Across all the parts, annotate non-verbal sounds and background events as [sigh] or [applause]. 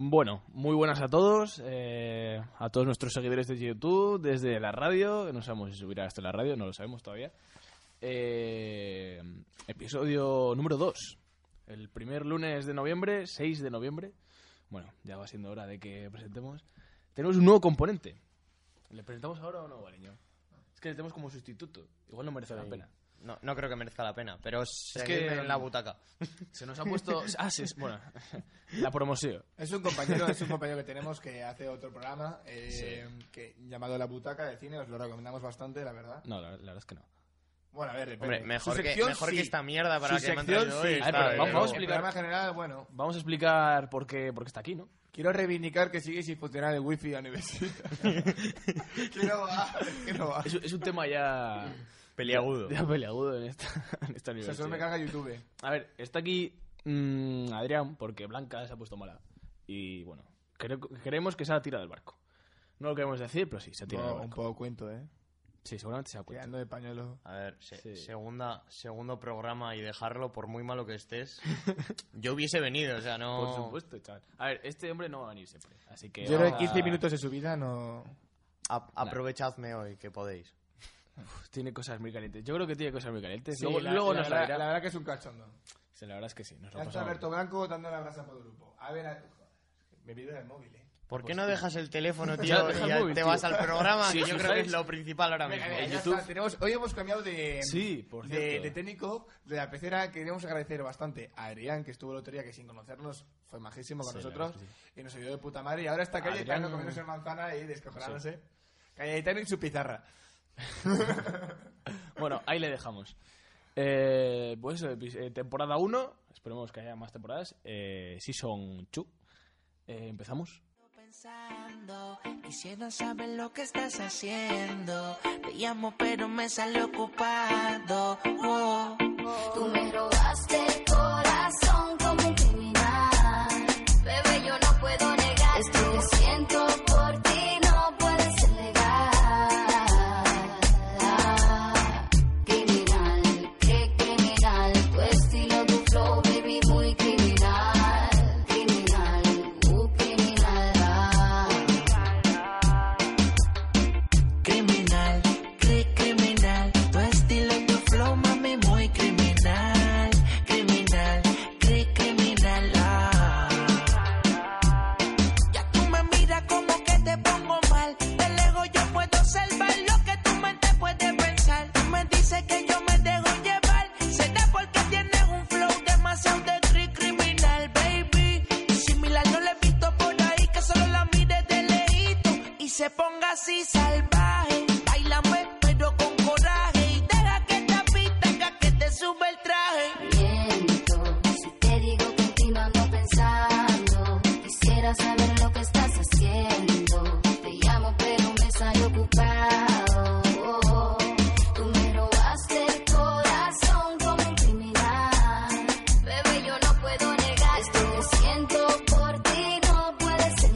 Bueno, muy buenas a todos, eh, a todos nuestros seguidores de YouTube, desde la radio, no sabemos si subirá esto en la radio, no lo sabemos todavía. Eh, episodio número 2, el primer lunes de noviembre, 6 de noviembre. Bueno, ya va siendo hora de que presentemos. Tenemos un nuevo componente. ¿Le presentamos ahora o no, Valeño? Es que le tenemos como sustituto, igual no merece la Ahí. pena. No, no creo que merezca la pena, pero es que- que en la butaca. Se nos ha puesto... Ah, sí, es- bueno, [laughs] la promoción. Es un compañero, es un compañero que tenemos que hace otro programa eh, que llamado La Butaca de Cine, os lo recomendamos bastante, la verdad. No, la, la verdad es que no. Bueno, a ver, depende. Hombre, Su mejor, que, sección, mejor sí. que esta mierda para Su que me han sección, traído sí. hoy. Ay, está ¿eh? pero de vamos- luego. El vamos a explicar. programa general, bueno, Vamos a explicar por qué, por qué está aquí, ¿no? quiero reivindicar que sigue sin funcionar el wifi a universidad. que no va, que no va. Es, es un tema ya, Peliagudo. ya peleagudo en esta, [laughs] en esta O sea, solo me universidad. carga YouTube. A ver, está aquí mm, Adrián porque Blanca se ha puesto mala. Y bueno, creo, creemos que se ha tirado del barco. No lo queremos decir, pero sí, se ha tirado No, del un barco. poco cuento, eh. Sí, seguramente se ha cuenta. Tirando de pañuelo. A ver, se- Sí. segunda, segundo programa y dejarlo por muy malo que estés. [laughs] Yo hubiese venido, o sea, no. Por supuesto, chaval. A ver, este hombre no va a venir siempre. Así que. Yo creo que vamos a- 15 minutos de su vida no... A- aprovechadme hoy, que podéis. Uf, tiene cosas muy calientes. Yo creo que tiene cosas muy calientes. Sí, luego la, luego la nos la verdad, dirá. la verdad que es un cachondo. Sí, la verdad es que sí. Nos lo Ya está pasamos. Alberto Blanco dando la brasa por el grupo. A ver, a- me vibra el móvil, eh. ¿Por qué Pues no sí. dejas el [laughs] teléfono, Ya, tío? deja el y ya móvil, te tío. vas al programa, Sí, que sí, yo creo que ¿sabes? es lo principal ahora mismo. Venga, venga, en ya YouTube. está. Tenemos, hoy hemos cambiado de, Sí, por de- cierto. de técnico de la pecera. Queremos agradecer bastante a Adrián, que estuvo el otro día, que sin conocernos fue majísimo con Sí, la nosotros verdad y nos ayudó de puta madre. Y ahora está Cayetano Adrián- comiéndose una manzana y descojonándose. Cayetano en su pizarra. Bueno, ahí le dejamos. Eh, pues eso, epi- eh, temporada 1, esperemos que haya más temporadas. Eh, season 2. Eh, empezamos. pensando, quisiera saber lo que estás haciendo. Te llamo pero me sale ocupado. Oh, Wow. Tú me robaste el corazón como un criminal. Bebé, yo no puedo negar esto que siento por ti, no puedes ser legal. Criminal, qué criminal. Tu estilo, tu flow, baby, muy criminal. Criminal, uh, criminal. Criminal, cri- criminal. Tu estilo, tu flow, mami, muy criminal. Criminal, cri- criminal. ah. Ya tú me miras como que te pongo mal. De lejos yo puedo salvar lo que tu mente puede pensar. Tú me dices que yo me dejo llevar. Será porque tienes un flow demasiado de cri- criminal, baby. Y similar no le he visto por ahí que solo la mire de lejito y se ponga así salvaje. Bailame, pero con coraje. Y deja que esta pista tenga que te sube el traje. Miento, si te digo que en ti no ando pensando, quisiera saber lo que estás haciendo. Te llamo pero me sale ocupado. Oh, oh. Tú me robaste el corazón como un criminal. Bebé, yo no puedo negar esto que siento por ti, no puede ser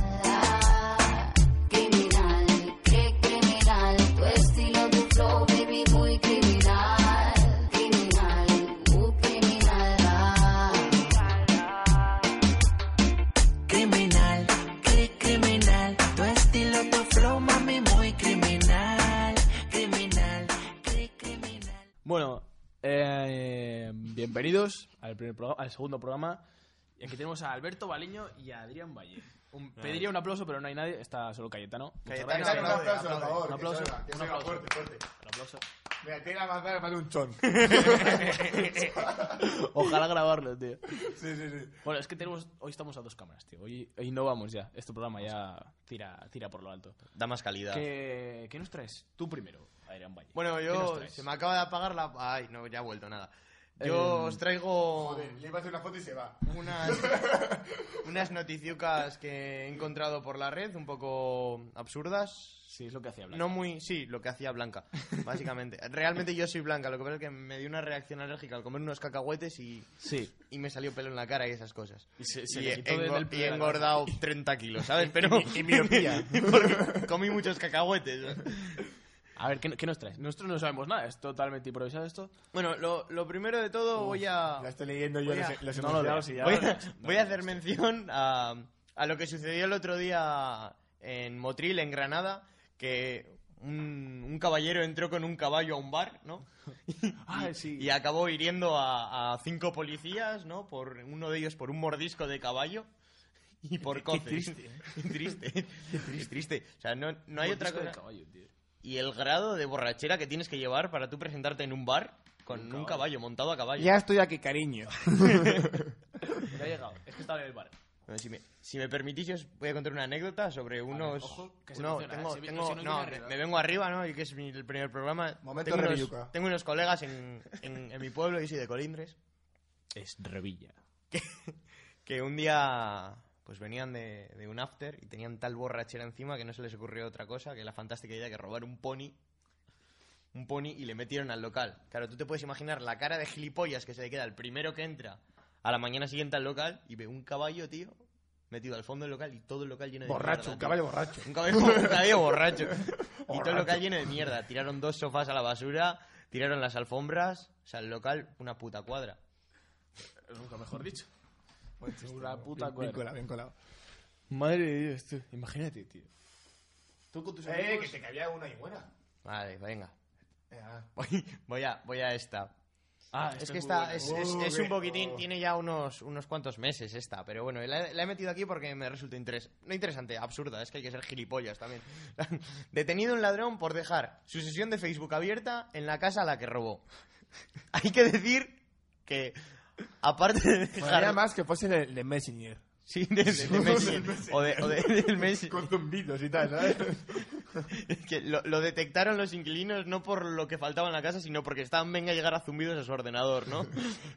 legal. Criminal, qué criminal. Tu estilo, tu flow, baby, muy criminal. Criminal, uh, criminal. ah. Criminal, cri- criminal. Tu estilo, tu flow, mami, muy criminal. Criminal, cri- criminal. Bueno, eh, bienvenidos al, primer proga- al segundo programa. Y aquí tenemos a Alberto Baleño y a Adrián Valle. Un- pediría un aplauso, pero no hay nadie. Está solo Cayetano. Muchas Cayetano, gracias. Cayetano, un aplaude, aplauso, por aplaude. favor. Un aplauso, que salga, que un salga aplauso. fuerte, fuerte. Un aplauso. Mira, tiene la manzana para un [laughs] chon. [laughs] Ojalá grabarlo, tío. sí, sí, sí. Bueno, es que tenemos, hoy estamos a dos cámaras, tío. Hoy, hoy no vamos ya. Este programa ya tira, tira por lo alto. Da más calidad. ¿Qué, qué nos traes? Tú primero, Adrián Valle. Bueno, ¿Qué nos yo. traes? Se me acaba de apagar la. Ay, no, ya ha vuelto nada. Eh, Yo os traigo. Joder, le iba a hacer una foto y se va. [laughs] unas, unas noticiucas que he encontrado por la red, un poco absurdas. Sí, es lo que hacía Blanca. No muy, sí, lo que hacía Blanca, básicamente. [laughs] Realmente yo soy Blanca, lo que pasa es que me dio una reacción alérgica al comer unos cacahuetes y, [laughs] Sí. y me salió pelo en la cara y esas cosas. Y se- se y le he, quitó desde el engo- pelo y he de la [laughs] engordado 30 kilos, ¿sabes? Pero [laughs] Y miopía. porque comí muchos cacahuetes. A ver, ¿qué, qué nos traes? Nosotros no sabemos nada, es totalmente improvisado esto. Bueno, lo, lo primero de todo voy a... La estoy leyendo yo Voy a- los, los no lo leas enunciados y ya. voy, no, a, no, [laughs] voy a hacer mención a, a lo que sucedió el otro día en Motril, en Granada, que un, un caballero entró con un caballo a un bar, ¿no? Ah, Y- sí. Y acabó hiriendo a, a cinco policías, ¿no? Por uno de ellos por un mordisco de caballo y por coces. triste. [laughs] Qué triste. Qué triste. O sea, no, no hay Un otra disco de cosa. caballo, tío. Y el grado de borrachera que tienes que llevar para tú presentarte en un bar con un caballo, montado a caballo. Ya estoy aquí, cariño. Ya ha llegado. Es [laughs] que estaba en el bar. Bueno, si, me, si me permitís, yo os voy a contar una anécdota sobre unos. ojo, que se no, emociona, tengo, eh. Si- tengo- si no no, viene me, arriba. me vengo arriba, ¿no? Y que es mi el primer programa. Momento tengo, Reviyuca. unos, tengo unos colegas en, en- en mi pueblo, yo soy de Colindres, Es Revilla. que un día pues venían de, de un after y tenían tal borrachera encima que no se les ocurrió otra cosa que la fantástica idea que robar un pony. Un pony y le metieron al local. Claro, tú te puedes imaginar la cara de gilipollas que se le queda el primero que entra a la mañana siguiente al local y ve un caballo, tío, metido al fondo del local y todo el local lleno de mierda, Borracho, un tío. caballo borracho. Un caballo, un caballo borracho. Y todo el local lleno de mierda. Tiraron dos sofás a la basura, tiraron las alfombras. O sea, el local, una puta cuadra. Nunca mejor dicho. Una Pues, puta Pues bien cuadra. colado, bien colado. Madre de Dios, tío. Imagínate, tío. Tú con tus Eh, que te cabía una y buena. Vale, venga. Eh, ah. Voy, voy a, voy a esta. Ah, Es que esta es, buena. es- Uh, es qué- un poquitín, oh. tiene ya unos, unos cuantos meses esta, pero bueno, la, he- la he metido aquí porque me resulta interes, no interesante, absurda, es que hay que ser gilipollas también. [laughs] Detenido un ladrón por dejar su sesión de Facebook abierta en la casa a la que robó. [laughs] hay que decir que, aparte de Molaría dejar... más que fuese de, de Messenger. Sí, de- de- de Messi. o de, o de- [laughs] del Messi. Con zumbidos y tal, ¿sabes? [laughs] Es que lo, lo detectaron los inquilinos no por lo que faltaba en la casa, sino porque estaban venga a llegar a zumbidos a su ordenador, ¿no?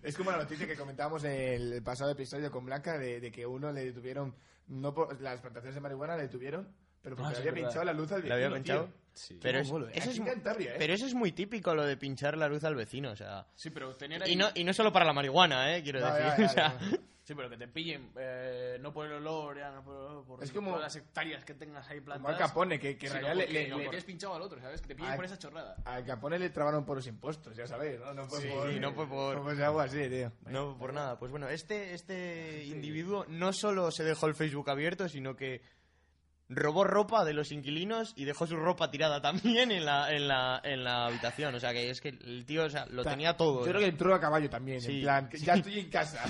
Es como la noticia que comentábamos en el pasado episodio con Blanca de, de que uno le detuvieron, no por las plantaciones de marihuana le detuvieron, pero porque Ah, le sí, había es verdad. pinchado la luz al ¿La vecino. había tío. pinchado? Sí. Pero, es- Cómodo, ¿eh? eso Aquí es, en mu- Cantabria, ¿eh? pero eso es muy típico, lo de pinchar la luz al vecino, o sea... Sí, pero tener ahí... Y no, y no solo para la marihuana, ¿eh? Quiero Ya, decir, [laughs] ya, ya, o sea... ya. Sí, pero que te pillen, eh, no por el olor, ya, no por, el olor, por Es como- todas las hectáreas que tengas ahí Como al plantadas. Capone, que, que en Sí, no, Ah, realidad le, porque le- lo le- que has pinchado al otro, ¿sabes? Que te pillen Ay. por esa chorrada. al Capone le trabaron por los impuestos, ya sabéis, ¿no? No fue Sí, por... no fue por- no algo así, tío. No, por nada. Pues bueno, este, este individuo no solo se dejó el Facebook abierto, sino que robó ropa de los inquilinos y dejó su ropa tirada [laughs] también en la, en la, en la habitación. O sea, que es que el tío o sea, lo Ta- tenía todo. Yo creo que entró a caballo también, Sí, en plan, que ya estoy en casa.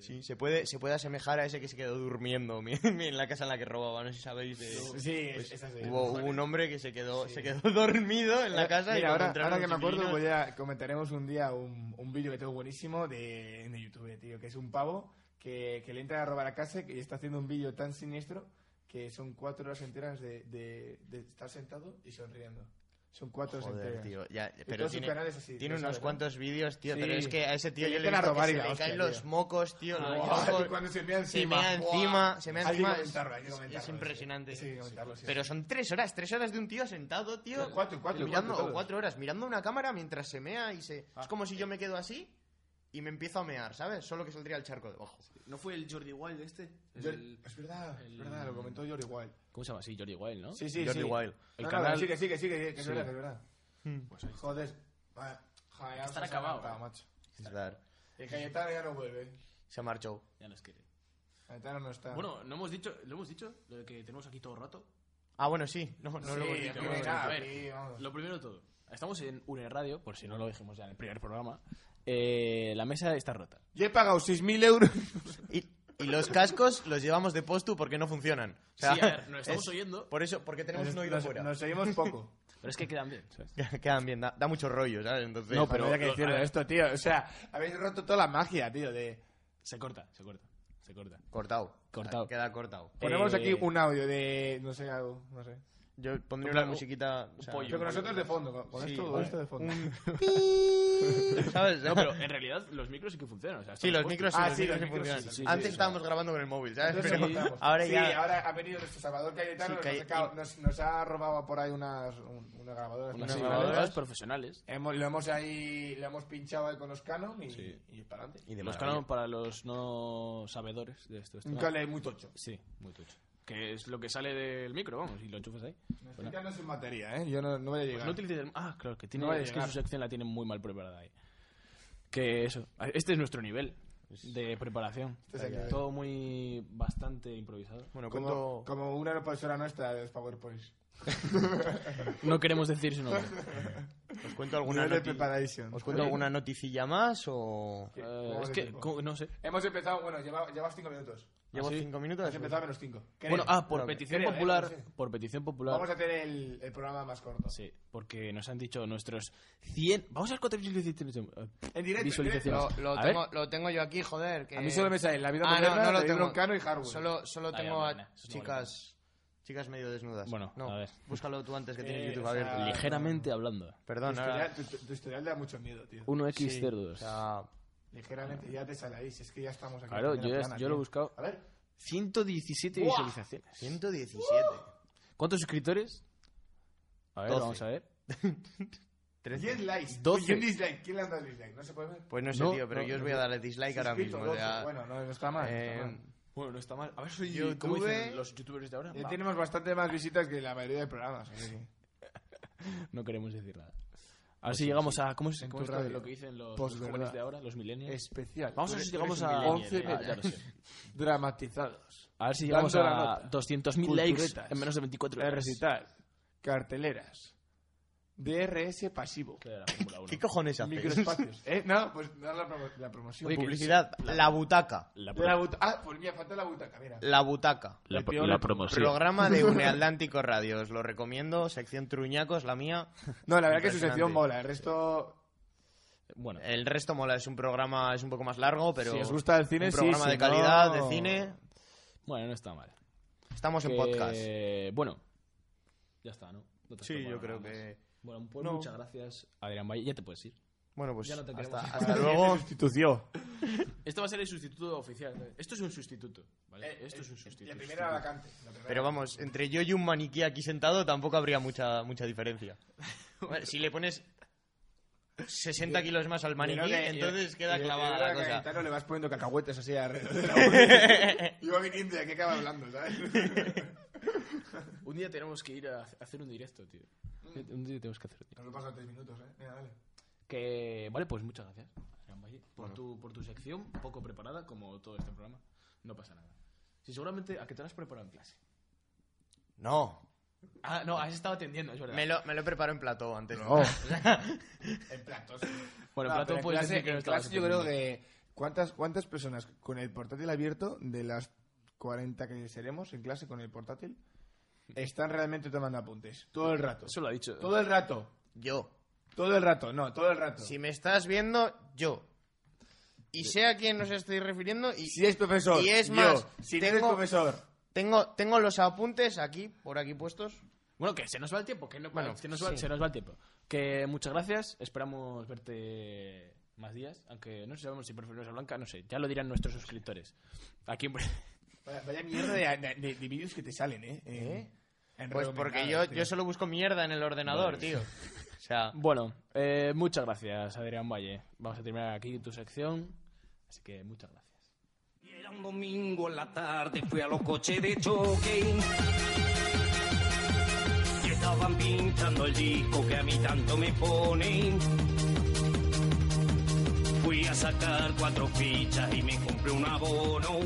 Sí, se puede, se puede asemejar a ese que se quedó durmiendo [laughs] mi- mi- en la casa en la que robaba. No sé si sabéis de... [laughs] sí, es, es así. Pues Hubo, hubo un hombre que se quedó, se quedó [laughs] dormido en la Eh, casa y Mira, cuando ahora, entraron ahora que me los acuerdo, inquilinos- voy a- comentaremos un día un, un vídeo que tengo buenísimo de, de YouTube, tío, que es un pavo que, que le entra a robar a casa y está haciendo un vídeo tan siniestro que son cuatro horas enteras de, de- de estar sentado y sonriendo. Son cuatro horas Joder, enteras. tío, ya, pero todos sus tiene, canales así, tiene unos lo sabes, ¿no? [laughs] cuantos vídeos, tío, Sí. pero es que a ese tío Que yo le le he empiezan visto a robar que y se la le hostia, caen tío. Ah, los mocos, tío, los Buah, ojos, y cuando se mea se encima. mea buah. encima, se mea Hay que encima, es- comentarlo, hay que es- comentarlo, es sí. impresionante. Sí, hay que comentarlo, sí. Pero son tres horas, tres horas de un tío sentado, tío, Cuatro, cuatro, mirando, cuatro, o cuatro horas, mirando una cámara mientras se mea y se... Ah. Es como si eh. yo me quedo así y me empiezo a mear, ¿sabes? Solo que saldría el charco debajo. ¿No fue el Jordi Wild este? Yo- es verdad, es verdad, lo comentó Jordi Wild. ¿Cómo se llama así? Jordi Wild, ¿no? Sí, sí, Jordi sí. Wild. El No, no, canal- sigue, sigue, sigue, que es Sí. verdad, que es verdad. Pues Joder, vaya, joder, ya Estar nos has acabado, adelantado, eh. macho. Es verdad. El Cayetano ya no vuelve. Se marchó. Ya nos quiere. Cayetano no está. Bueno, no hemos dicho, lo hemos dicho, lo de que tenemos aquí todo el rato. Ah, bueno, sí. No, no Sí, lo hemos es dicho, que no lo hemos nada, dicho. a ver, aquí, vamos. Lo primero de todo. Estamos en UNE Radio, por si no lo dijimos ya en el primer programa. Eh, la mesa está rota. Yo he pagado 6.000 euros. Y, y los cascos los llevamos de postu porque no funcionan. O sea, Sí, [laughs] a ver, nos estamos es- oyendo. Por eso, porque tenemos un oído nos, fuera. [laughs] nos seguimos poco. Pero es que quedan bien, ¿sabes? Quedan bien, da, da mucho rollo, ¿sabes? Entonces, No, pero- Habría que lo- decirlo a ver. esto, tío. O sea, habéis roto toda la magia, tío. De... Se corta, se corta, se corta. Cortado. Cortado. Queda cortado. Ponemos Eh, aquí un audio de... No sé, algo, no sé. Yo pondría Tú, una un- musiquita. o sea, pollo. Pero con nosotros de fondo, con, con Sí, esto, con vale. esto de [laughs] fondo. [laughs] ¿Sabes? No, pero en realidad los micros sí que funcionan. O sea, Sí, esto los lo he micros sí, Ah, los sí, micros sí los micros sí, funcionan. sí, sí, Antes sí. estábamos grabando con el móvil, ¿sabes? Entonces, Pero sí, estamos. ahora Sí, ya. ahora ha venido nuestro Salvador Cayetano, Sí, nos, Calle- ha sacado- nos- nos ha robado por ahí unas, un- unas grabadoras. Unas Unas sí, grabadoras. grabadoras profesionales. Hemos- lo hemos ahí, lo hemos pinchado ahí con los Canon y, Sí. y para adelante. Y de Los maravilla. canales para los no sabedores de esto. esto- Un cable muy tocho. Sí, muy tucho. que es lo que sale del micro, vamos, y lo enchufas ahí. Me estoy quedando sin batería, ¿eh? Yo no, no voy a Pues llegar. no utilices el- Ah, claro, que tiene, No va a es que llegar. su sección la tienen muy mal preparada ahí. Que eso, este es nuestro nivel de preparación. Este es el nivel. Todo muy bastante improvisado. Bueno, como, cuento... como una profesora nuestra de los PowerPoints. No queremos decir su nombre. Os cuento alguna Nivel de noti- preparation. ¿Ah, ¿Os cuento alguna noticilla más o...? [laughs] ¿Qué? Eh, Vamos es de que, tiempo. co- no sé. Hemos empezado, bueno, lleva- llevas cinco minutos. ¿Llevo ¿Ah, sí? cinco minutos? Has empezado a menos cinco. Creo. Bueno, ah, por Creo que- petición creo, eh, popular. no sé. Por petición popular. Vamos a hacer el, el programa más corto. Sí, porque nos han dicho nuestros 100. Vamos a ver cuántas visualizaciones. tenemos. En directo. Visualización. Lo, lo A tengo, lo tengo yo aquí, joder. en que- directo. A mí solo me sale la vida Ah, moderna, no, no lo David tengo. Broncano y Harwood. Solo, solo Ay, tengo Ah, hombre, a- nah, eso no vale Chicas, chicas medio desnudas. Bueno, no, a ver. Búscalo tú antes que tienes Eh, YouTube o sea, abierto. nada. Ligeramente hablando. Tu Perdón, ahora- historial, tu, tu- tu historial da mucho miedo, tío. 1x02. O sea, Ligeramente, ya te sale ahí, si es que ya estamos aquí. Claro, en primera yo ya- plana, yo lo he tío. buscado. A ver, 117 visualizaciones. 117. ¿Cuántos suscriptores? A ver, Doce. vamos a ver. 13. 10 likes. Doce. Y un dislike. ¿Quién le ha dado dislike? No se puede ver. Pues no sé, No, tío, pero no, yo os no voy a sé. darle dislike ahora Suscrito, mismo. o sea, doce. Bueno, no, no está mal. no está eh, mal. Bueno, no está mal. A ver si YouTube. ¿cómo dicen los youtubers de ahora. Ya Va, tenemos bastante más visitas que la mayoría de programas. así que- No queremos decir nada. A ver si llegamos a. ¿Cómo es En cómo tu es esto de radio. lo que dicen los, Pues los verdad. jóvenes de ahora, los millennials? Especial. Vamos a ver si llegamos a. millennial. eh, 11 Ah, ya lo sé. Dramatizados. [laughs] A ver si llegamos Dando la a nota. 200.000 likes Culturetas. en menos de 24 horas. Recital. Carteleras. DRS pasivo. De la Fórmula 1. ¿Qué cojones [laughs] haces? Microespacios. ¿Eh? No, pues dar la, promo- la promoción. Oye, que- Publicidad. La butaca. La, pro- La buta- ah, pues mira, falta la butaca, mira. Eh, La butaca. la- el peor- la promoción. Programa [laughs] de Uneatlántico Radio. Os lo recomiendo. Sección Truñacos, la mía. No, la verdad que su Impresionante. sección mola. El resto... Bueno, El resto mola. Es un programa, es un poco más largo, pero. si os gusta el cine, un sí. programa si de no- calidad, de cine. bueno, no está mal. Estamos en Que- podcast. Bueno, ya está, ¿no? No te has Sí, preparado yo creo nada más. que. Bueno, pues No. muchas gracias, Adrián Valle. Ya te puedes ir. Bueno, pues. Ya no te hasta, [laughs] queremos. hasta luego. Sustitución. Este va a ser el sustituto oficial. Esto es un sustituto, ¿vale? Esto es un sustituto. La primera vacante. la primera. Pero vamos, entre yo y un maniquí aquí sentado tampoco habría mucha, mucha [laughs] diferencia. Bueno, si le pones 60 kilos más al Yo creo maniquí, que- entonces yo- queda yo- clavada yo creo la que a cosa. Cayetano le vas poniendo cacahuetes así [laughs] alrededor de la boca. Y va viniendo y aquí acaba hablando, ¿sabes? Un día tenemos que ir a hac- hacer un directo, tío. Un día tenemos que hacer un directo. Nos lo pasan tres minutos, ¿eh? Venga, dale. Que, vale, pues muchas gracias, Adrián Valle, por, tu, por tu sección, poco preparada, como todo este programa. No pasa nada. Si seguramente, ¿a qué te lo has preparado en clase? No, Ah, no, has estado atendiendo, es verdad. me lo, me lo preparo en plató antes. [laughs] En platos. Bueno, No, en plato pero puedes clase- decir que no en estabas clase yo creo atendiendo. que... ¿cuántas, ¿Cuántas personas con el portátil abierto, de las 40 que seremos en clase con el portátil, están realmente tomando apuntes? Todo el rato. Eso lo ha dicho. Todo el rato. Yo. Todo el rato, no, todo el rato. Si me estás viendo, yo. Y sé a quién nos estoy refiriendo y Si es profesor, Y es yo. más, si no tengo- eres profesor, tengo, tengo los apuntes aquí, por aquí puestos. Bueno, que se nos va el tiempo, que no, Bueno, que nos va- sí. se nos va el tiempo. Que muchas gracias, esperamos verte más días, aunque no sabemos si preferimos a Blanca, no sé, ya lo dirán nuestros suscriptores. Aquí en... Vaya, vaya mierda de, de- de- de vídeos que te salen, ¿eh? En- en Pues porque yo, recomendados, tío. yo solo busco mierda en el ordenador, tío. O sea, Bueno, eh, muchas gracias, Adrián Valle. Vamos a terminar aquí tu sección, así que muchas gracias. Y Era un domingo en la tarde, fui a los coches de choque. Y estaban pinchando el disco que a mí tanto me ponen. Fui a sacar cuatro fichas y me compré un abono.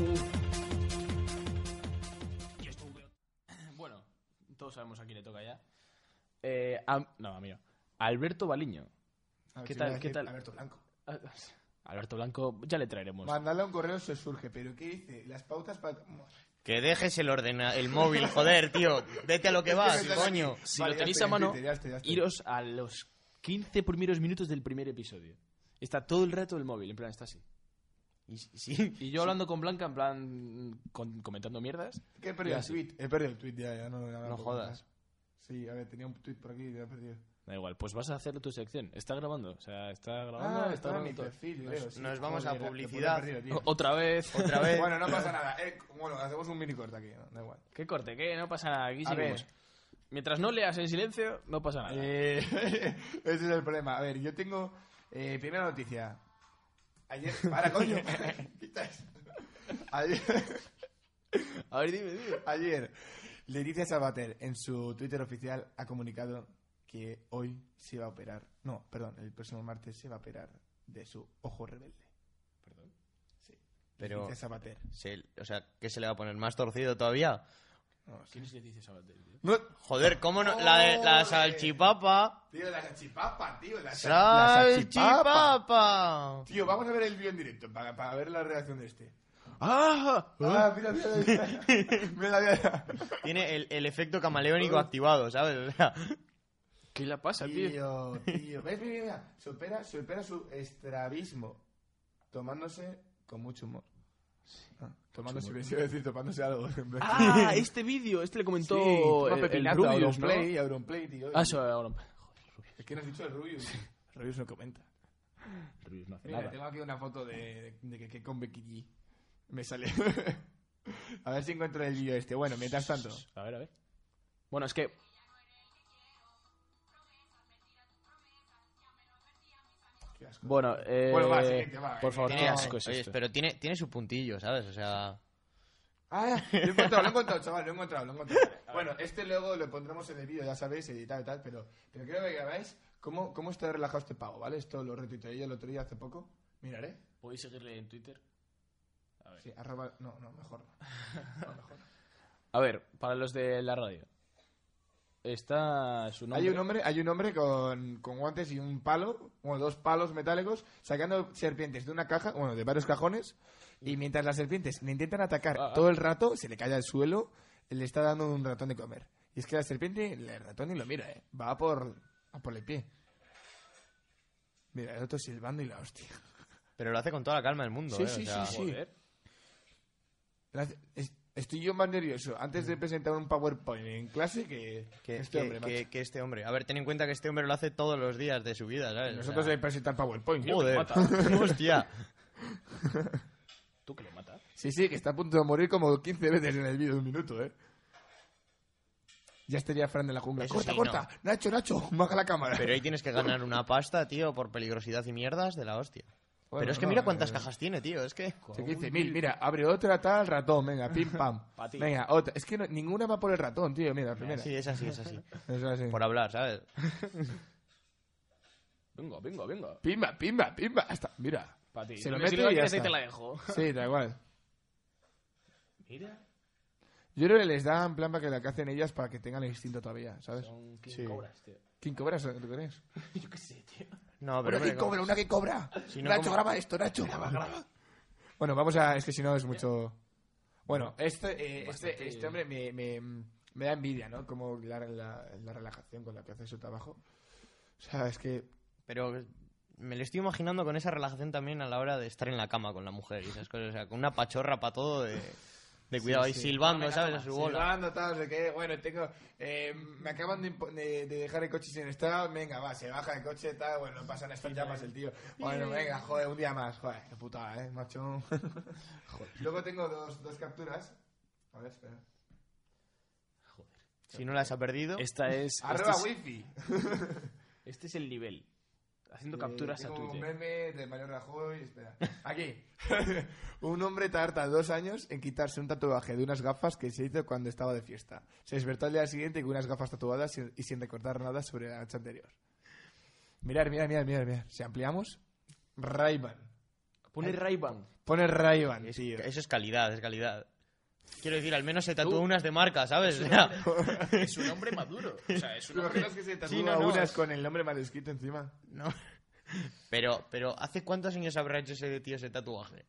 Y estuve- Bueno, todos sabemos a quién le toca ya. Eh, a- no, a mí no. Alberto Baliño. [laughs] A ver, ¿Qué si tal, me va a qué decir tal? Alberto Blanco. Alberto Blanco, ya le traeremos. Mandarle un correo se surge, pero ¿qué dice? Las pautas para... que dejes el, ordena el móvil, joder, tío. Vete a lo que vas, me sale coño. aquí. si Vale, lo ya tenéis estoy, a ya mano, estoy, ya estoy, ya estoy. iros a los 15 primeros minutos del primer episodio. Está todo el rato el móvil, en plan, está así. Y, sí, Y yo hablando con Blanca, en plan, con- comentando mierdas. ¿Qué he perdido Ya, el sí. tweet? He perdido el tweet ya, ya no... ya No puedo jodas. contar. Sí, a ver, tenía un tweet por aquí y lo he perdido. Da igual, pues vas a hacer tu sección. Está grabando, o sea, está grabando, Ah, está estaba en grabando mi todo. perfil, Nos- creo, sí. nos vamos a Joder, pues lo puedo publicidad. haber perdido, tío. O- Otra vez. [laughs] otra vez. Bueno, no pasa nada. eh, bueno, hacemos un mini corte aquí, ¿no? da igual. ¿Qué corte? ¿Qué? No pasa nada. Aquí A seguimos. ver. Mientras no leas en silencio, no pasa nada. Eh, [laughs] ese es el problema. A ver, yo tengo... eh, primera noticia. [laughs] Ayer... Para, coño. Quitas. Ayer... A ver, dime, dime. [laughs] Ayer, Leticia Sabater en su Twitter oficial ha comunicado que hoy se va a operar. No, perdón, el próximo martes se va a operar de su ojo rebelde. Perdón. Pero, Leticia Sabater. se- o sea, ¿qué se le va a poner? ¿Más torcido todavía? No, sí. ¿Quién es Leticia Sabater, tío? No, Joder, ¿cómo no? La, de- la Ole. salchipapa. tío, la salchipapa, tío. La, sal- la salchipapa. ¡Salchipapa! Tío, vamos a ver el vídeo en directo para, para ver la reacción de este. ¡Ah! Ah, mira, mira, [laughs] mira. Mira, mira. Tiene el, el efecto camaleónico activado, ¿sabes? O sea, ¿Qué le pasa, tío? Tío, tío. ¿Ves? Mira, mira. Supera, supera su estrabismo. Tomándose con mucho humor. Ah, tomándose, pensé iba a decir tomándose algo. en vez de- ¡Ah! Este vídeo, este le Sí, comentó toma el, el pepinazo, Rubius, ¿no? Auronplay, Auronplay, tío. Ah, eso, ahora. Es que no has dicho el Rubius. El Rubius no comenta. Rubius no hace Mira, nada. tengo aquí una foto de, de que, que con Becky G. Me sale. [laughs] a ver si encuentro el vídeo este. Bueno, mientras tanto. A ver, a ver. Bueno, es que. Qué asco. Bueno, eh. Bueno, va, siguiente, va. Por favor, Tiene qué asco, asco es este. oye, esto. pero tiene, tiene su puntillo, ¿sabes? O sea, Ah, lo he encontrado, lo he encontrado, chaval, lo he encontrado, lo he encontrado. Bueno, este luego lo pondremos en el vídeo, ya sabéis, editado y tal, pero, pero quiero que veáis cómo, cómo está relajado este pavo, ¿vale? Esto lo retuiteé yo el otro día hace poco. Miraré. ¿Podéis seguirle en Twitter? Sí, arroba... No, no, mejor no. No, mejor no. A ver, para los de la radio. Está su nombre. Hay un hombre, hay un hombre con, con guantes y un palo, bueno, dos palos metálicos, sacando serpientes de una caja, bueno, de varios cajones, y mientras las serpientes le intentan atacar Ah, ah. todo el rato, se le cae al suelo, le está dando un ratón de comer. Y es que la serpiente, el ratón ni lo mira, ¿eh? va a por, a por el pie. Mira, el otro silbando y la hostia. pero lo hace con toda la calma del mundo, Sí, ¿eh? O sí, sea, sí, Ah, Joder. La- es- Estoy yo más nervioso antes de presentar un PowerPoint en clase que, Que, que este que- hombre, que- macho. que este hombre. A ver, ten en cuenta que este hombre lo hace todos los días de su vida, ¿sabes? O Nosotros sea, de presentar PowerPoint. Joder. [laughs] Hostia. Tú que lo matas. Sí, sí, que está a punto de morir como 15 veces en el vídeo de un minuto, ¿eh? Ya estaría Fran de la jungla. Eso corta, sí, corta. Nacho, Nacho, [laughs] baja la cámara. Pero ahí tienes que ganar una pasta, tío, por peligrosidad y mierdas de la hostia. Bueno, pero es que no, mira cuántas eh, cajas tiene, tío. Es que. Sí, 15.000, mira, abre otra, tal, [laughs] ratón, venga, pim, pam. Pa' ti. venga, otra. Es que no- ninguna va por el ratón, tío, mira, la primera. Sí, es así, es así. Es así. Por hablar, [laughs] ¿sabes? Venga, venga, venga. Pimba, pimba, pimba. Hasta, mira. Para ti. Se lo Si mete no y ya quieres, ahí te está. la dejo. Sí, da igual. Mira, Yo creo que les da en plan para que la cacen ellas para que tengan el instinto todavía, ¿sabes? son este. 15 Sí. cobras, tío. ¿Quién cobra eso? ¿Tú crees? Yo qué sé, tío. No, pero. Una que hombre, como- cobra, una que cobra. Si no, Nacho, como- graba esto, Nacho. Bueno, vamos a. Es que si no es mucho. Bueno, este, eh, Bastante- este, este hombre me, me, me da envidia, ¿no? Como la, la- la relajación con la que hace su trabajo. O sea, es que. Pero me lo estoy imaginando con esa relajación también a la hora de estar en la cama con la mujer y esas cosas. O sea, con una pachorra para todo de, de cuidado ahí sí. silbando, ¿sabes? A su bola. Silbando, tal, no sé qué. Bueno, tengo. eh, me acaban de, impo- de- de dejar el coche sin estado. Venga, va, se baja el coche, tal. Bueno, pasan estas llamas el tío. Bueno, venga, joder, un día más. Joder, qué putada, ¿eh, macho? [laughs] Luego tengo dos, dos capturas. A ver, espera. Si no las ha perdido. Esta es, este, Arroba es, wifi. este es el nivel. Haciendo Eh, capturas a tengo Twitter. un meme de Mario Rajoy, espera. Aquí. [laughs] un hombre tarda dos años en quitarse un tatuaje de unas gafas que se hizo cuando estaba de fiesta. Se despertó al día siguiente con unas gafas tatuadas sin- y sin recordar nada sobre la noche anterior. Mirar, mirar, mirar, mirar, mirar. Si ampliamos, Rayban. Pone Ray-Ban. Pone Rayban, Es- tío. eso es calidad, es calidad. Quiero decir, al menos se tatúa Tú. unas de marca, [laughs] ¿sabes? O sea, Es un hombre maduro. [laughs] O sea, es ¿Te imaginas que se tatúa Sí, no, no, unas es- con el nombre mal escrito encima? no. Pero, pero, ¿hace cuántos años habrá hecho ese tío ese tatuaje?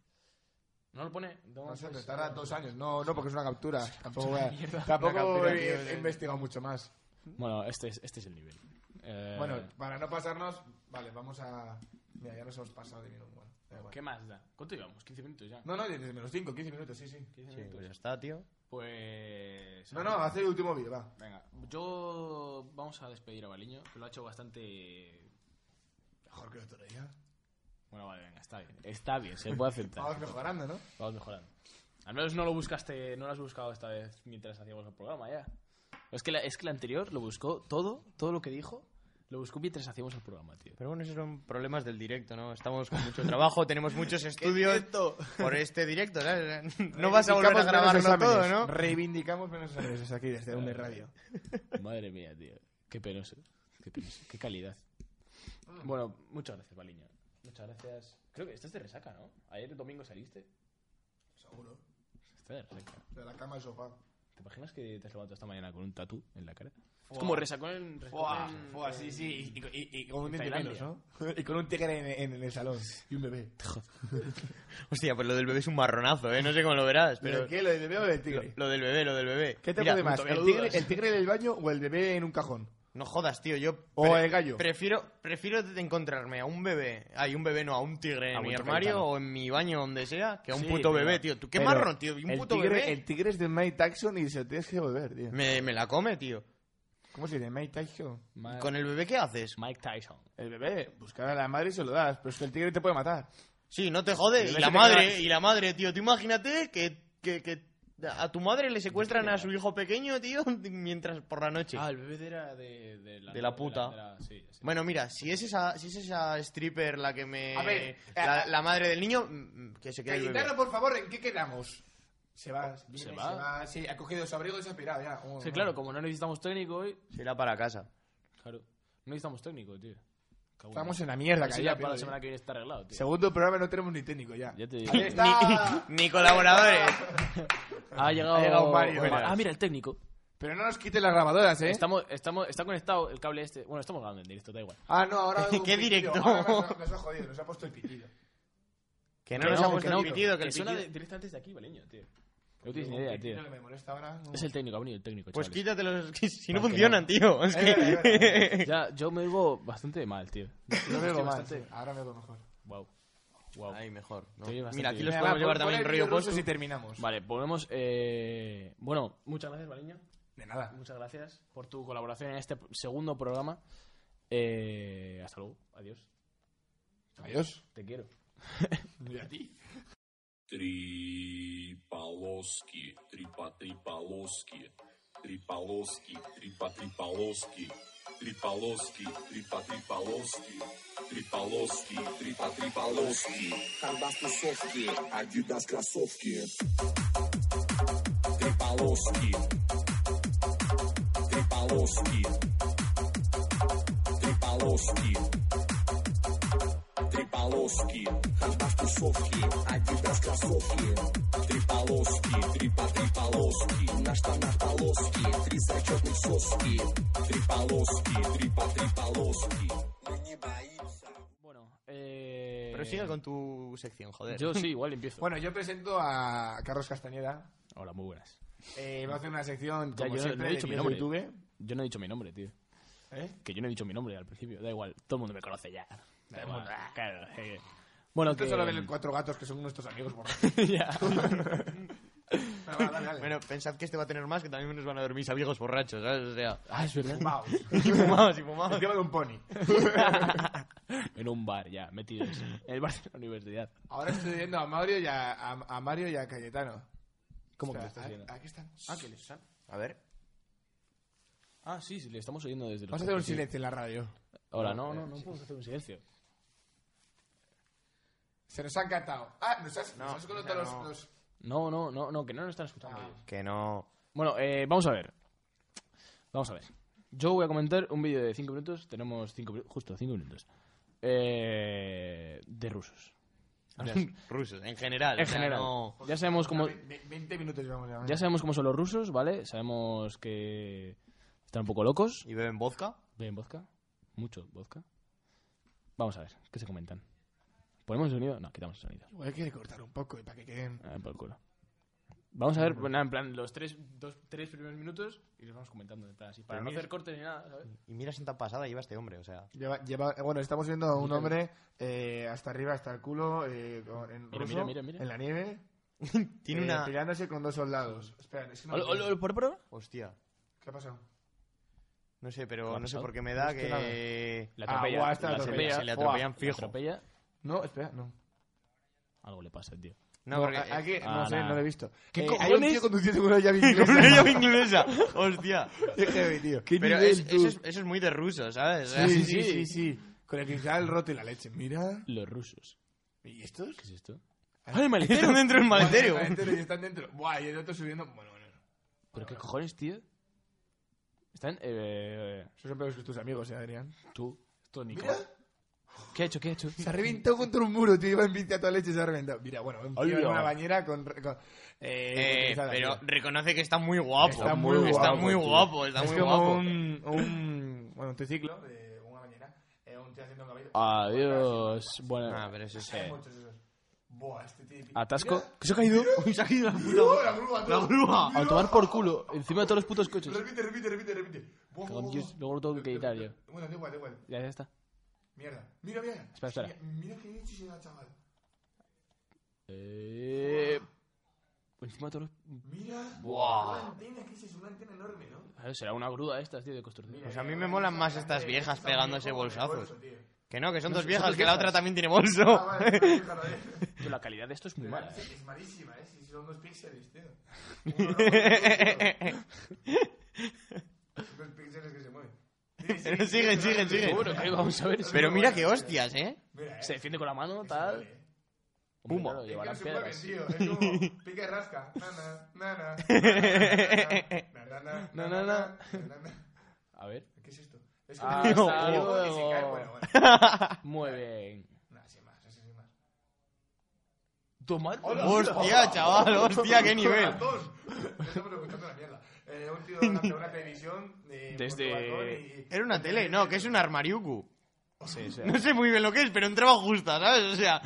No lo pone. No, No sé, pues, pero tarda dos años. No, no, porque es una captura. Tampoco, voy a- mierda. tampoco Una captura, he- tío, he investigado mucho más. Bueno, este es, este es el nivel. Eh, Bueno, para no pasarnos, vale, vamos a. Mira, ya nos hemos pasado de minuto. Bueno, da igual. ¿qué más da? ¿Cuánto llevamos? ¿15 minutos ya? No, no, desde menos 5, 15 minutos, sí, sí. 15 Sí, minutos. pues está, tío. Pues. No, no, hace el último vídeo, va. Venga, yo. Vamos a despedir a Baliño, que lo ha hecho bastante. Mejor que el otro día. Bueno, vale, venga, está bien. Está bien, se puede aceptar. Vamos mejorando, ¿no? Vamos mejorando. Al menos no lo buscaste, no lo has buscado esta vez mientras hacíamos el programa ya. Es que la, es que la anterior lo buscó todo, todo lo que dijo, Lo busco mientras hacíamos el programa, tío. Pero bueno, esos son problemas del directo, ¿no? Estamos con mucho trabajo, tenemos [laughs] muchos estudios por este directo, ¿sabes? No vas a volver a Reivindicamos menos grabarlo todo, exámenes. ¿no? Reivindicamos [laughs] menos exámenes aquí desde Hombre Radio. Madre mía, tío. Qué penoso. Qué penoso. Qué calidad. Bueno, muchas gracias, Baliño. Muchas gracias. Creo que estás de resaca, ¿no? Ayer domingo saliste. Seguro. Estás de resaca. De la cama al sofá. ¿Te imaginas que te has levantado esta mañana con un tatú en la cara? Es como resacón en... Buah, resacón en- buah, sí, sí. Y, y- y- y con un En diente menos, ¿no? [laughs] Y con un tigre en, en el salón. Y un [laughs] bebé. Hostia, pues lo del bebé es un marronazo, ¿eh? No sé cómo lo verás, pero... ¿Pero qué? ¿Lo del bebé o del Lo, tigre? lo del bebé, lo del bebé. ¿Qué te Mira, puede más? todavía ¿El lo tigre, dudas. ¿El tigre en el baño o el bebé en un cajón? No jodas, tío, yo... O pre- el gallo. Prefiero, prefiero de- encontrarme a un bebé... Ay, un bebé no, a un tigre A en mi un armario tocayutano. o en mi baño, donde sea, que a un Ah, Sí, puto pero- bebé, tío. ¿Tú qué pero marrón, tío? ¿Y un el puto tigre- bebé? El tigre es de Mike Tyson y se lo tienes que volver, tío. Me, me la come, tío. ¿Cómo se dice? ¿Mike Tyson? Ma- ¿Con el bebé qué haces? Mike Tyson. El bebé, buscar a la madre y se lo das. Pero es que el tigre te puede matar. Sí, no te jode. Pero Y no la se te madre, queda- y la madre, tío. Tú imagínate que, que, que a tu madre le secuestran a su hijo pequeño, tío, [laughs] mientras por la noche. Ah, el bebé era de, la... De la puta. de la- sí, sí. Bueno, mira, si es esa, si es esa stripper la que me. A ver, la, eh, la madre del niño, mm, que se quede. el bebé. Cayetano, por favor, ¿en qué quedamos? Se va, viene, Se va. Sí, ha cogido su abrigo y se ha pirado ya. Oh, Sí, no. claro, como no necesitamos técnico hoy... Se irá para casa. Claro. No necesitamos técnico, tío. Cago Estamos Dios. en la mierda, Eso que ya ya para la pierdo, semana eh. que viene está arreglado, tío. Segundo programa no tenemos ni técnico ya. [laughs] Ya te digo. Ahí está. Ni, ni colaboradores. Ha llegado, Ha llegado Mario. Bueno, Ah, mira, el técnico. Pero no nos quiten las grabadoras, ¿eh? Estamos, estamos, está conectado el cable este. Bueno, estamos grabando en directo, da igual. Ah, [laughs] no, ahora... ¿Qué un pitido. directo? Ahora Nos, nos ha jodido, nos ha puesto el pitido. que no Que nos no, ha puesto que no, el pitido, que el suena pitido- de- directamente desde aquí, Baleño, tío. No tienes ni idea, Pitido que tío. me molesta ahora. no. Es el técnico, ha venido el técnico, Pues chavales. quítatelos, que [laughs] si no Para que funcionan, no. tío. Es Es verdad, es verdad. que. [laughs] Ya, yo me oigo bastante mal, tío. No me Estoy veo mal. bastante- Ahora me veo mejor. Wow. Wow. Ay, mejor. ¿no? Te oye bastante Mira, aquí bien. los Venga, podemos llevar también rollo post. post y terminamos. Vale, volvemos. Eh... Bueno, muchas gracias, Baleño. De nada. Muchas gracias por tu colaboración en este segundo programa. Eh... Hasta luego. Adiós. Adiós. Te quiero. Y a ti. Три полоски, три по три полоски, три полоски, три по три полоски, три полоски, три по три полоски, три полоски, три по три полоски. Андас тусовки, адидас кроссовки. Три полоски, три полоски, три полоски. Три полоски, ходьба в тусовки, Адидас кроссовки. Три полоски, три по три полоски, на штанах полоски, три зачетных соски. Три полоски, три по три полоски. Мы не боимся. Bueno, eh... Pero sigue con tu sección, joder. Yo sí, igual empiezo. Bueno, yo presento a Carlos Castañeda. Hola, muy buenas. Eh, va a hacer una sección, Ya, como yo no- siempre, no he dicho de mi vídeos de nombre. YouTube. Yo no he dicho mi nombre, tío. ¿Eh? Que yo no he dicho mi nombre al principio. Da igual, todo el mundo me conoce ya. Da igual. Claro, eh. Bueno, Esto que... solo [laughs] ven los cuatro gatos que son nuestros amigos borrachos. Ya. Bueno, va, dale, dale. Bueno, pensad que este va a tener más, que también nos van a dormir amigos borrachos, ¿sabes? O sea, Ah, es verdad. Vamos. y fumados, y fumados. Encima de un pony. En un bar, ya, metidos. En el bar de la universidad. Ahora estoy viendo a Mario y a, a, a Mario y a Cayetano. ¿Cómo que Espera, lo estás a- viendo? Aquí están. Ah, que les están. A ver. Ah, sí, sí, le estamos oyendo desde los... Vamos a hacer un sí. silencio Eh, en la radio. Ahora, no, no, no podemos hacer un silencio. Se nos han cantado. Ah, nos has, No, nos has colocado o sea, los, no. los- No, no, no, no, que no nos están escuchando Ah. ellos. Que no. Bueno, eh, vamos a ver. Vamos a ver. Yo voy a comentar un vídeo de 5 minutos. Tenemos cinco, minu- justo 5 minutos. Eh, de rusos. [laughs] O sea, [laughs] Rusos, en general. en o sea, general. no- Ya sabemos cómo, Ve- ve- 20 minutos llevamos ya. ya sabemos cómo son los rusos, ¿vale? Sabemos que están un poco locos. ¿Y beben vodka? Beben vodka. Mucho vodka. Vamos a ver, ¿qué se comentan? ¿Ponemos el sonido? No, quitamos el sonido. Igual hay que recortar un poco y para que queden. Ah, por el culo. Vamos a ver, pues nada, en plan, los tres, dos, tres primeros minutos y los vamos comentando, en plan, así, para Pero no mira- hacer cortes ni nada, ¿sabes? Y mira Santa Pasada, lleva este hombre, o sea. Lleva, lleva- eh, bueno, estamos viendo a un hombre eh, hasta arriba, hasta el culo, eh, con- en, Mira, ruso, mira, mira, mira. en la nieve, Tiene eh, una. peleándose con dos soldados. Espera, es que no Ol- lo ol- veo. ol- ¿Por por? Hostia. ¿Qué ha pasado? No sé, ¿Qué pero ha no sé pasado? por qué me da que que. La Ah, atropella. guau, esta la la Se atropella. le- atropella. se le Buah, atropellan La fijo. atropella. No, espera, no. Algo le pasa, tío. No, porque. a- aquí, Ah, no sé, nada. no lo he visto. Eh, ¿Qué Hay un cojones? tío conduciendo [laughs] con una llave [laughs] Con una llave inglesa. inglesa. Hostia. Qué heavy, tío. ¿Qué Pero nivel, es- tú? eso, es, eso es muy de ruso, ¿sabes? [laughs] Sí, sí, sí, sí. Con el cristal roto y la leche. Mira. Los rusos. ¿Y estos? ¿Qué es esto? ¡Ah, el maletero! Están dentro del maletero. Vale, [laughs] y están dentro. Buah, y el otro subiendo. Bueno, bueno. [laughs] ¿Pero qué cojones, tío? Están... Eh, Esos son peores que tus amigos, ¿eh, Adrián? tú. Esto ni Mira. ¿Qué ha hecho? ¿Qué ha hecho? Se ha reventado contra un muro, tío. Iba en bici a toda leche y se ha reventado. Mira, bueno, un tío Ay, en Dios. una bañera con... con- eh, Eh, con cristal pero aquí. reconoce que está muy guapo. Está muy Está guapo, muy tío. guapo, está es muy como guapo. un... un... Bueno, un triciclo de una bañera. eh, un tío haciendo un cabello. Adiós. Bueno... eh, Ah, pero eso es. Hay muchos de esos. Buah, este tío... Atasco. Mira. ¿Qué [laughs] se ha caído? Se ha caído la puta [laughs] ¡No, la grúa! tú! A tomar por culo. Encima de todos los putos coches. Repite, repite, repite, repite. Buah, Cagón, buah, Dios, buah. luego lo tengo que editar yo. Bueno, da igual, da igual. Ya, ya está. Mierda. Mira, mira. Espera, espera. Mira, mira qué bicho se da, chaval. Eh... Encima de todos los... Mira. Una antena, ¿qué es eso? Una antena enorme, ¿no? A ver, será una grúa estas, tío, de construcción. Pues a mí me molan más estas viejas pegándose bolsazos. Tío. Que no, que son dos son viejas, dos que la viejas. otra también tiene bolso. Ah, vale, déjalo, eh. Tío, la calidad de esto es muy mala. ¿eh? Es malísima, ¿eh? Si son dos píxeles, tío. Dos píxeles que se mueven. Sí, sí, Pero sí, siguen, sí, siguen, sí, siguen. seguro. Pero vamos a ver. es- Pero mira qué hostias, ¿eh? Mira, eh. Se defiende con la mano, Eso tal. vale, eh. Hombre, Pumba. claro, Es que no llevarán se mueve, piedras. tío. Es como pica y rasca. Nana, nana. Nana, nana. Na, na, Nana, nana. na. nana. A ver. ¿Qué es esto? Es Ah, que hasta Ah, luego. y se cae, bueno, bueno. Muy bien. Nah, sin más, eso sin más. Tomar. Hostia, chaval, hostia, qué nivel. Ratón. Estamos escuchando la mierda. Eh, un tío lanza una televisión eh, Desde- por su balcón y- Era una tele, no, que es un armariuku. Sí, sí. No sé muy bien lo que es, pero entraba justa, ¿sabes? O sea,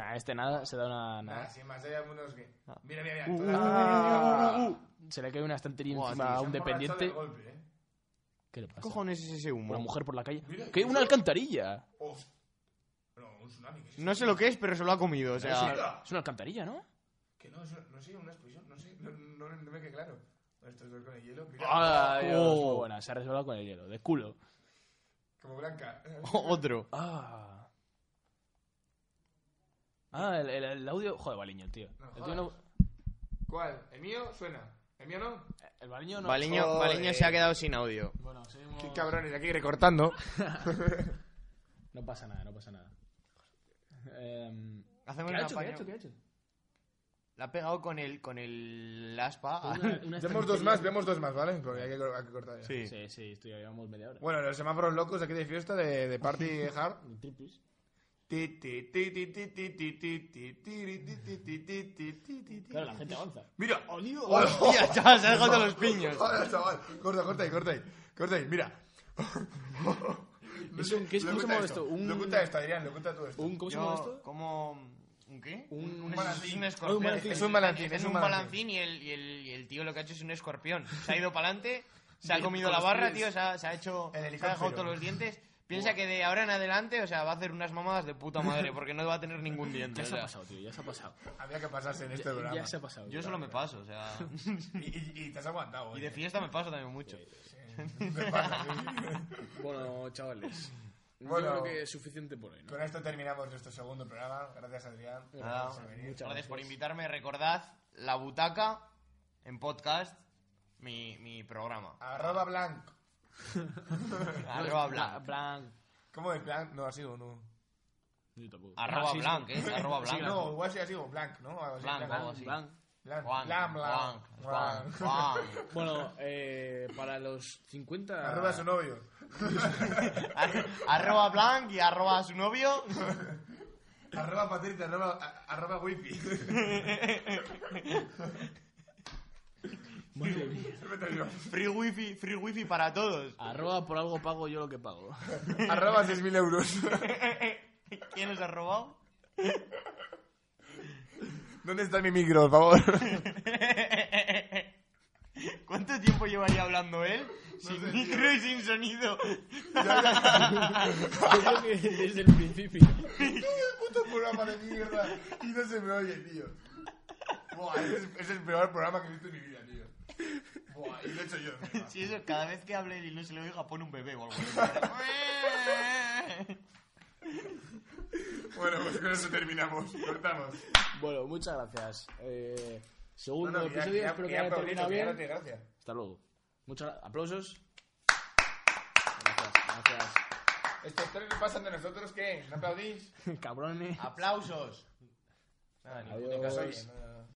Ah, este nada, se da una. Nah, nada. sin más, hay algunos que... Mira, mira, mira. Uh, todas- uh, uh, uh, uh. Ah. Se le cae una estantería Buah, encima tío, a Se un han borrachado del dependiente. golpe, eh. ¿Qué le ¿Qué pasa? cojones es ese Una humo? mujer por la calle. Mira, ¿Qué? mira. Una alcantarilla. Uf. No, un tsunami. ¿qué es No esto? sé lo que es, pero se lo ha comido, o Es sea... una, es una alcantarilla, ¿no? Que no, es- no sé, una explosión, no sé, no, no, no me queda claro. Estos dos con el hielo, mira, Ah, Dios, Oh. muy buena. Se ha resbalado con el hielo. De culo. como blanca. Otro. Ah. Ah, el, el- el audio. Joder, Baliño, tío. No El, tío no- ¿Cuál? ¿El mío? Suena. ¿El mío no? el Baliño no. Oh, eh, Baleño, Joder. Baleño se ha quedado sin audio. Bueno, seguimos. Qué cabrones, aquí recortando. No pasa nada, no pasa nada. Em, Hacemos ¿Qué ha una hecho? ¿Qué ha paña- hecho? ¿Qué ha hecho? La ha pegado con el, con el aspa. Una- una Vemos Ah, dos más, vemos dos más, ¿vale? Porque hay que, hay que cortar [laughs] ya. Sí. Sí, sí, estoy, ya llevamos media hora. Bueno, los semáforos locos aquí de fiesta, de, de party hard. Tripis. Ti, ti, ti, ti, ti, ti, ti, ti, ti, ti, ti, ti, ti, ti, ti, ti, ti, ti. Claro, la gente avanza. Mira, Hostia, chaval, se [laughs] ha dejado los piños. Joder, chaval. Corta, corta ahí, corta ahí. Corta ahí, mira. No Es sé, un- ¿qué es- lo cómo se cuenta llama esto? Un- Lo cuenta esto, Adrián, lo cuenta tú esto. Un, ¿Cómo se llama Yo, esto? como... ¿Un qué? Un- un, balancín. es un escorpión. Un balancín. Es un balancín, Es un balancín y el, y, el, y el tío lo que ha hecho es un escorpión. Se ha ido para adelante, se ha Bien, comido con la los barra, pies. tío, se ha, se ha hecho... El se ha helicóptero. dejado todos los dientes. Piensa que de ahora en adelante, o sea, va a hacer unas mamadas de puta madre porque no va a tener [laughs] ningún diente. Ya o se ha sea. pasado, tío, ya se ha pasado. Había que pasarse en este Ya, programa. se ha pasado. Yo solo me paso, o sea... Y, y- y te has aguantado. Y ¿eh? de fiesta me paso también mucho. [laughs] Te pasas, ¿eh? Bueno, [laughs] chavales. Bueno. Yo creo que es suficiente por hoy, ¿no? Con esto terminamos nuestro segundo programa. Gracias, Adrián. Nada, por venir. muchas Gracias por invitarme. Recordad La Butaca en podcast, mi, mi programa. Arroba blanco. Arroba Blanc. blanc. Blanc. ¿Cómo es blanco? No, ha sido no. Yo tampoco. Arroba Ah, sí, blanc, sí. ¿eh? Arroba blanc. No, igual sí ha sido blanco, ¿no? Algo así, Blanc, blanc. algo así. Blanc. Blanc, Juan, blanc, blanc, Juan, Juan, blanc. Juan. [laughs] Bueno, eh, para los 50... Arroba a su novio. [laughs] Ar- Arroba blanc y arroba a su novio. Arroba Patricia, arroba, a- arroba wifi. Madre mía. Free wifi, free wifi para todos. Arroba por algo pago yo lo que [laughs] pago. [laughs] arroba 6.000 euros. ¿Quién os ha robado? [laughs] ¿Dónde está mi micro, por favor? ¿Cuánto tiempo llevaría hablando él? Sin sé, tío. micro y sin sonido. Yo creo que desde el principio. puto programa de mierda y no se me oye, tío. Buah, ese es, ese es el peor programa que he visto en mi vida, tío. Buah, y lo he hecho yo. encima. Si eso, [laughs] [laughs] cada vez que hable él y no se le oiga, pone un bebé o algo así. Bueno, pues con eso terminamos. Cortamos. Bueno, muchas gracias. Eh, No, segundo no, ya- episodio, ya- espero que ya haya aprovecho, terminado que ya bien. no tiene gracia. Hasta luego. Muchas aplausos. Gracias, gracias. Estos tres pasan de nosotros, ¿qué? ¿No aplaudís? [laughs] Cabrones. ¡Aplausos! Nada, ni puto Adiós. caso. Oye, no-